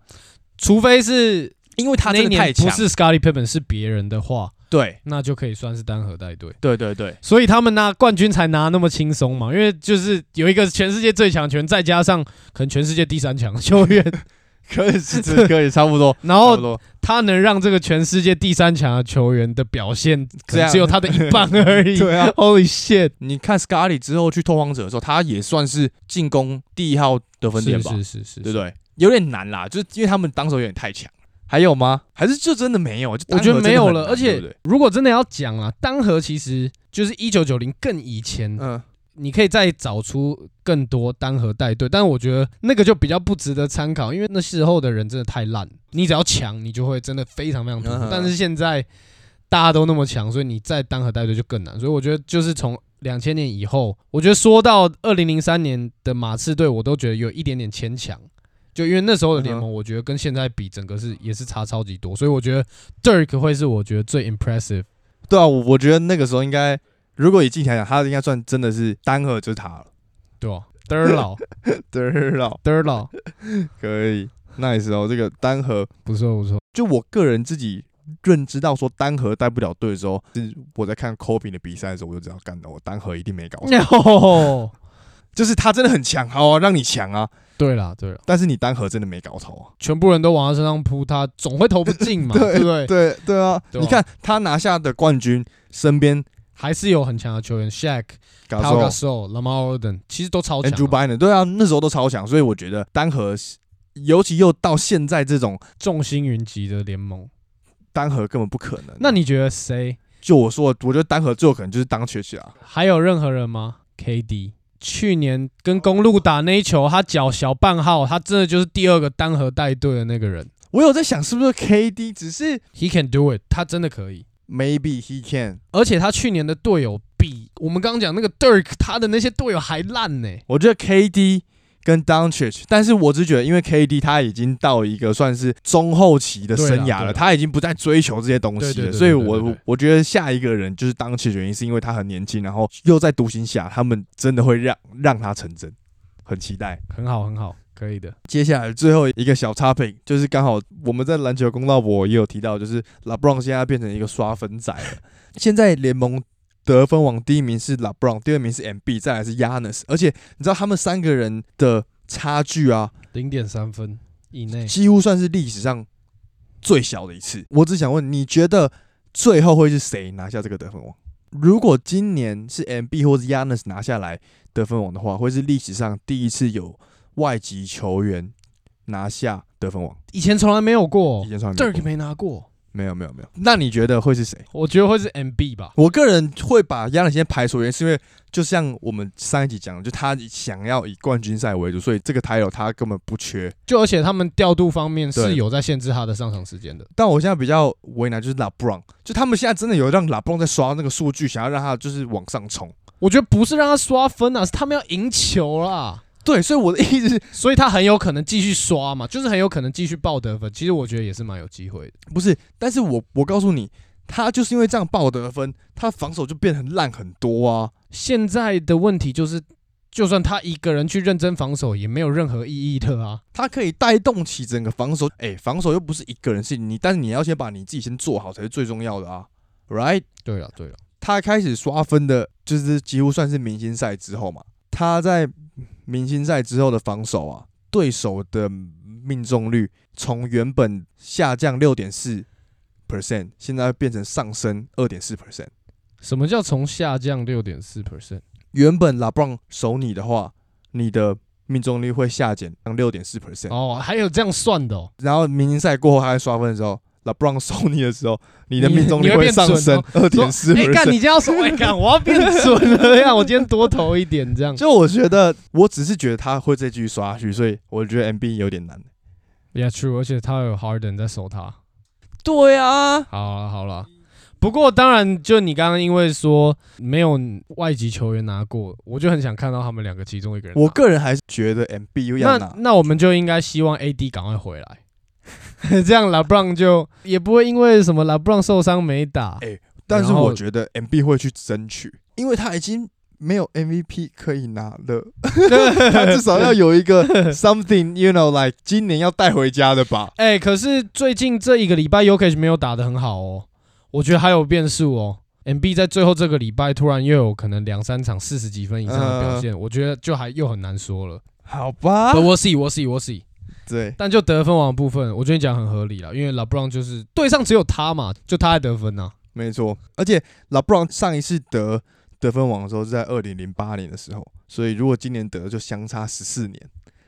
S2: 除非是
S1: 因为他
S2: 那
S1: 真
S2: 一
S1: 的太
S2: 年不
S1: 强，
S2: 是 Scotty Pippen 是别人的话，
S1: 对
S2: 那就可以算是单核带队。
S1: 对对对，
S2: 所以他们拿冠军才拿那么轻松嘛，因为就是有一个全世界最强球员，再加上可能全世界第三强球 员，
S1: 可以是这可以差不多，
S2: 然
S1: 差不
S2: 后
S1: 多。
S2: 他能让这个全世界第三强的球员的表现，可
S1: 这
S2: 能
S1: 样
S2: 只有他的一半而 已。
S1: 对啊
S2: Holy shit！
S1: 你看 Scarly 之后去拓荒者的时候，他也算是进攻第一号得分点
S2: 是
S1: 吧，
S2: 是是是，
S1: 对不对？有点难啦，就是因为他们当时有点太强。还有吗？还是就真的没有？就
S2: 我
S1: 单
S2: 觉
S1: 核真
S2: 得
S1: 的
S2: 没有
S1: 很
S2: 了。
S1: 难
S2: 而
S1: 对
S2: 且
S1: 不对
S2: 如果真的要讲啊，单核其实就是一九九零更以前，
S1: 嗯，
S2: 你可以再找出更多单核带队，但我觉得那个就比较不值得参考，因为那时候的人真的太烂。你只要强，你就会真的非常非常突
S1: 嗯
S2: 出
S1: 哼。
S2: 但是现在大家都那么强，所以你再单核带队就更难。所以我觉得就是从两千年以后，我觉得说到二零零三年的马刺队，我都觉得有一点点牵强。就因为那时候的联
S1: 嗯
S2: 盟，我觉得跟现在比，整个是也是差超级多，所以我觉得 Dirk 会是我觉得最 impressive。
S1: 对啊，我我觉得那个时候应该，如果以近期来讲，他应该算真的是单核就是他了。
S2: 对吧、德尔老，
S1: 对了，
S2: 德尔老，
S1: 可以，nice 哦，这个单核，
S2: 不错 不错。
S1: 就我个人自己认知到说单核带不了队的时 候，是我在看 Kobe 的比赛的时候，我就知道，干的我单核一定没搞
S2: No，
S1: 就是他真的很强，好啊，让你强啊，
S2: 对啦，对啦，
S1: 但是你单核真的没搞头啊。
S2: 全部人都往他身上扑，他总会投不进 嘛，对不对？
S1: 对对啊，
S2: 对啊
S1: 你看他拿下的冠军，身边
S2: 还是有很强的球员，Shaq、
S1: 搞错
S2: Pau Gasol、Lamar Odom，其实都超强
S1: Andrew
S2: 啊，
S1: Bynum，对啊，那时候都超强，所以我觉得单核，尤其又到现在这种
S2: 众星云集的联盟。
S1: 单核根本不可能。啊
S2: 那你觉得谁？
S1: 就我说，我觉得单核最有可能就是当缺席啊。
S2: 还有任何人吗？KD 去年跟公路打那一球，他脚小半号，他真的就是第二个单核带队的那个人。
S1: 我有在想是不是 KD，只是
S2: He can do it，他真的可以。
S1: maybe he can。
S2: 而且他去年的队友比我们刚刚讲那个 Dirk 他的那些队友还烂呢、
S1: 我觉得 KD 跟 Doncic，但是我只觉得，因为 KD 他已经到一个算是中后期的生
S2: 对啦
S1: 涯
S2: 对啦
S1: 了，他已经不再追求这些东
S2: 对
S1: 西
S2: 对
S1: 了，
S2: 对
S1: 所以
S2: 对对对
S1: 我
S2: 对
S1: 我觉得下一个人就是 Doncic，原因是因为他很年轻，然后又在独行侠，他们真的会让让他成真，很期待。
S2: 很好，很好，可以的。
S1: 接下来最后一个小差评，就是刚好我们在篮球公道博也有提到，就是 LeBron 现在变成一个刷分仔了。现在联盟得分王第一名是 LeBron，第二名是 MB，再来是 Yanis，而且你知道他们三个人的差距啊，
S2: 零点三分以内，
S1: 几乎算是历史上最小的一次。我只想问，你觉得最后会是谁拿下这个得分王？如果今年是 MB 或是 Yanis 拿下来得分王的话，会是历史上第一次有外籍球员拿下得分王。
S2: 以前从来没有过
S1: 以。前从来没有
S2: Dirk
S1: 过
S2: 没拿过，
S1: 没有没有没有。那你觉得会是谁？
S2: 我觉得会是 MB 吧。
S1: 我个人会把 Yanis 先排除，原因是因为就像我们上一集讲的，就他想要以冠军赛为主，所以这个台有他根本不缺。
S2: 就而且他们调度方面是
S1: 对
S2: 有在限制他的上场时间的。
S1: 但我现在比较为难就是 LeBron，就他们现在真的有让 LeBron 在刷那个数据，想要让他就是往上冲。
S2: 我觉得不是让他刷分啊，是他们要赢球啦，
S1: 对，所以我的意思是，
S2: 所以他很有可能继续刷嘛，就是很有可能继续爆得分。其实我觉得也是蛮有机会的。
S1: 不是？但是我我告诉你，他就是因为这样爆得分，他防守就变得很烂很多啊。
S2: 现在的问题就是，就算他一个人去认真防守，也没有任何意义的啊。
S1: 他可以带动起整个防守，哎、防守又不是一个人事情，你但是你要先把你自己先做好才是最重要的啊，right？
S2: 对了对了，啊
S1: 他开始刷分的，就是几乎算是明星赛之后嘛。他在明星赛之后的防守啊，对手的命中率从原本下降六点四 percent，现在变成上升二点四 percent。
S2: 什么叫从下降六点四 percent？
S1: 原本 LeBron 守你的话，你的命中率会下减六点四 percent。
S2: 哦，还有这样算的哦。
S1: 然后明星赛过后，他在刷分的时候，LeBron 守你的时候，你的
S2: 你
S1: 命中率
S2: 你会
S1: 会
S2: 变
S1: 上
S2: 准
S1: 升
S2: 哦
S1: 二点四 percent。
S2: 哎，干你这样说，哎干，我要 变准了呀！啊我今天多投一点 这样。
S1: 就我觉得，我只是觉得他会再继续刷下去，所以我觉得 MB 有点难。
S2: Yeah, true。而且他有 Harden 在守他。
S1: 对啊，
S2: 好了好了，不过当然，就你刚刚因为说没有外籍球员拿过，我就很想看到他们两个其中一个人拿。
S1: 我个人还是觉得 MB 又要
S2: 那
S1: 拿。
S2: 那我们就应该希望 AD 赶快回来， 这样 LeBron 就也不会因为什么 LeBron 受伤没打。
S1: 哎但是
S2: 然后
S1: 我觉得 MB 会去争取，因为他已经没有 MVP 可以拿 了，他至少要有一个 something，you know，like 今年要带回家的吧。
S2: 哎、可是最近这一个礼拜 y o k i c 没有打得很好哦，我觉得还有变数哦。MB 在最后这个礼拜突然又有可能两三场四十几分以上的表现，我觉得就还又很难说了。
S1: 好吧
S2: But，we'll see, we'll see, we'll see.
S1: 对，
S2: 但就得分王的部分，我觉得你讲得很合理了，因为 LeBron 就是队上只有他嘛，就他在得分啊呐、
S1: 没错。而且 LeBron 上一次得得分王的时候是在二零零八年的时候，所以如果今年得就相差十四年。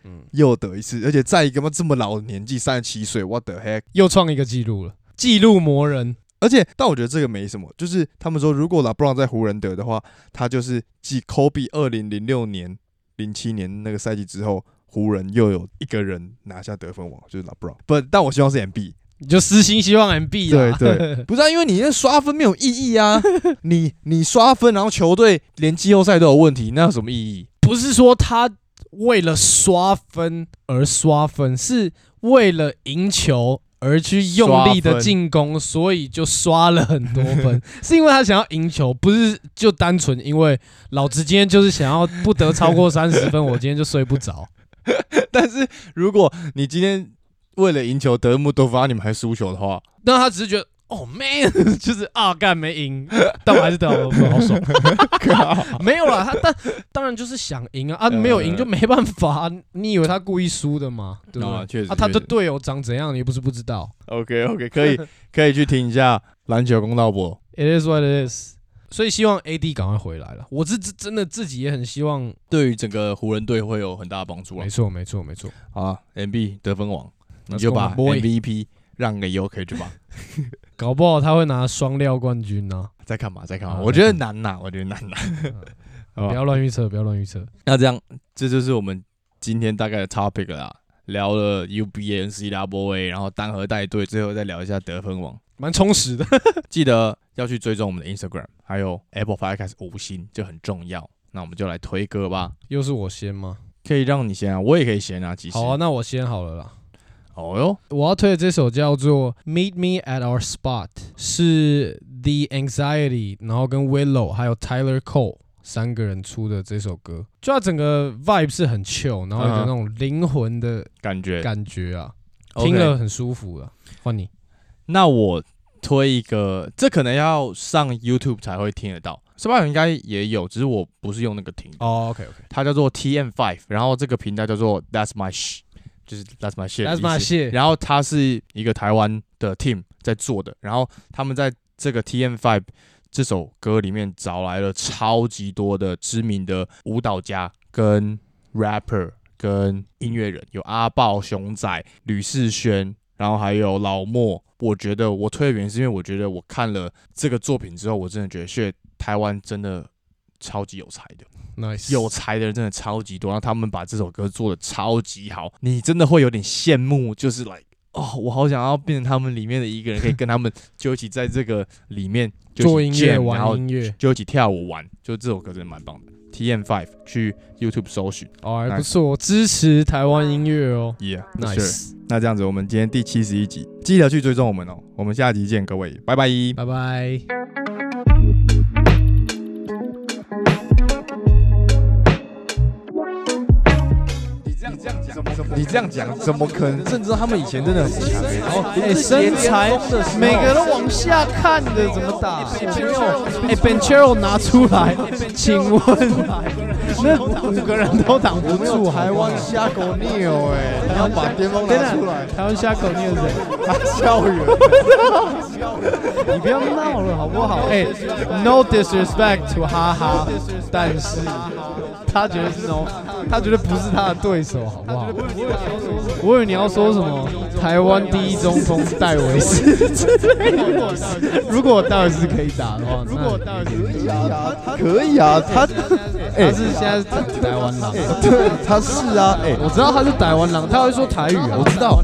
S2: 嗯，
S1: 又得一次，而且在一个嘛这么老的年纪，三十七岁，what the heck！
S2: 又创一个记录了，记录魔人。
S1: 而且，但我觉得这个没什么，就是他们说，如果 LeBron 在湖人得的话，他就是继 Kobe 二零零六年、零七年那个赛季之后，湖人又有一个人拿下得分王，就是 LeBron。不，但我希望是 MB，
S2: 你就私心希望 MB 啦，
S1: 对 对不是、啊、因为你那刷分没有意义 啊！你你刷分，然后球队连季后赛都有问题，那有什么意义？
S2: 不是说他为了刷分而刷分，是为了赢球而去用力
S1: 刷
S2: 的
S1: 分
S2: 进攻，所以就刷了很多 分，是因为他想要赢球，不是就单纯因为老子今天就是想要不得超过三十分，我今天就睡不 着。
S1: 但是如果你今天为了赢球得那么多分，啊你们还输球的话，
S2: 那他只是觉得哦 man，就是 啊干没赢，但我还是得到分，好爽。 没有啦，他但当然就是想赢啊啊，
S1: 嗯
S2: 没有赢就没办法、啊。你以为他故意输的吗？对不对？
S1: 啊确实
S2: 啊，他
S1: 确
S2: 的
S1: 实
S2: 队友长怎样，你又不是不知道。
S1: OK OK，可以可以去听一下篮球公道博。
S2: It is what it is。所以希望 AD 赶快回来了。我是真真的自己也很希望。
S1: 对于整个湖人队会有很大的帮助啊
S2: 没。错，没错，没错。
S1: 好啊，MB 得分王，你
S2: Let's
S1: 就
S2: go,
S1: 把
S2: my boy
S1: MVP 让给 UK 去吧。
S2: 搞不好他会拿双料冠军呢、
S1: 在干嘛？在干嘛？
S2: 啊
S1: 我觉得难呐，我觉得难呐。好吧
S2: 不要乱预测，不要乱预测。
S1: 那这样，这就是我们今天大概的 topic 了啦。聊了 UBA、NCAA，然后单核带队，最后再聊一下得分王。
S2: 蛮充实的。
S1: 记得要去追踪我们的 Instagram，还有 Apple Podcast 五星，这很重要。那我们就来推歌吧，
S2: 又是我先吗？
S1: 可以让你先啊，我也可以先啊，其实。
S2: 好啊，那我先好了啦。
S1: 哦哟，
S2: 我要推的这首叫做《Meet Me at Our Spot》，是 The Anxiety，然后跟 Willow 还有 Tyler Cole 三个人出的这首歌，就它整个 vibe 是很 chill，然后有
S1: 嗯哼
S2: 那种灵魂的
S1: 感觉
S2: 感觉啊，
S1: OK
S2: 听了很舒服啊。换你，
S1: 那我推一个，这可能要上 YouTube 才会听得到 s p o t 应该也有，只是我不是用那个听的，
S2: 哦，OK OK，
S1: 它叫做 TM Five，然后这个频道叫做 That's My Sh，就是 That's My Shit，
S2: that's
S1: 的
S2: my
S1: 意思
S2: shit。
S1: 然后它是一个台湾的 team 在做的，然后他们在这个 TM Five 这首歌里面找来了超级多的知名的舞蹈家跟 rapper 跟音乐人，有阿豹、熊仔、吕世轩，然后还有老莫。我觉得我推的原因是因为我觉得我看了这个作品之后，我真的觉得，shit，台湾真的超级有才的。
S2: Nice，
S1: 有才的人真的超级多，然后他们把这首歌做的超级好，你真的会有点羡慕，就是来哦，我好想要变成他们里面的一个人，可以跟他们就一起在这个里面就一起
S2: 做音乐
S1: jam，然后
S2: 玩音乐，
S1: 就一起跳舞玩，就这首歌真的蛮棒的。T M Five 去 YouTube 搜寻
S2: 哦，还
S1: Nice
S2: 不错，支持台湾音乐哦。
S1: ，Yeah，sure
S2: Nice，
S1: 那这样子，我们今天第七十一集，记得去追踪我们哦。我们下集见，各位，拜拜。
S2: 拜拜。
S1: 你这样这样讲，你这样讲怎么可能？甚至他们以前真的很强，欸然后
S2: 哎，身材每个都往下看的，怎么打？哎，Benchero 拿出 来，请问那五个人都挡不住，还湾
S1: 瞎狗 n e 哎，你要把巅峰拿出来。
S2: 台湾虾口念谁？
S1: 校园。
S2: 你不要闹了好不好？哎，No disrespect to 哈哈，但是他觉得是 No，他觉得不是他的对手，好不好？我以为你要说什么台湾第一中锋戴维斯之类的，如果戴维斯可以打的话，如果戴维斯
S3: 可以啊，他
S2: 哎他是现在是台湾狼，
S3: 对他是啊，哎、
S2: 我知道他是台湾狼，他会说台语啊，我知道。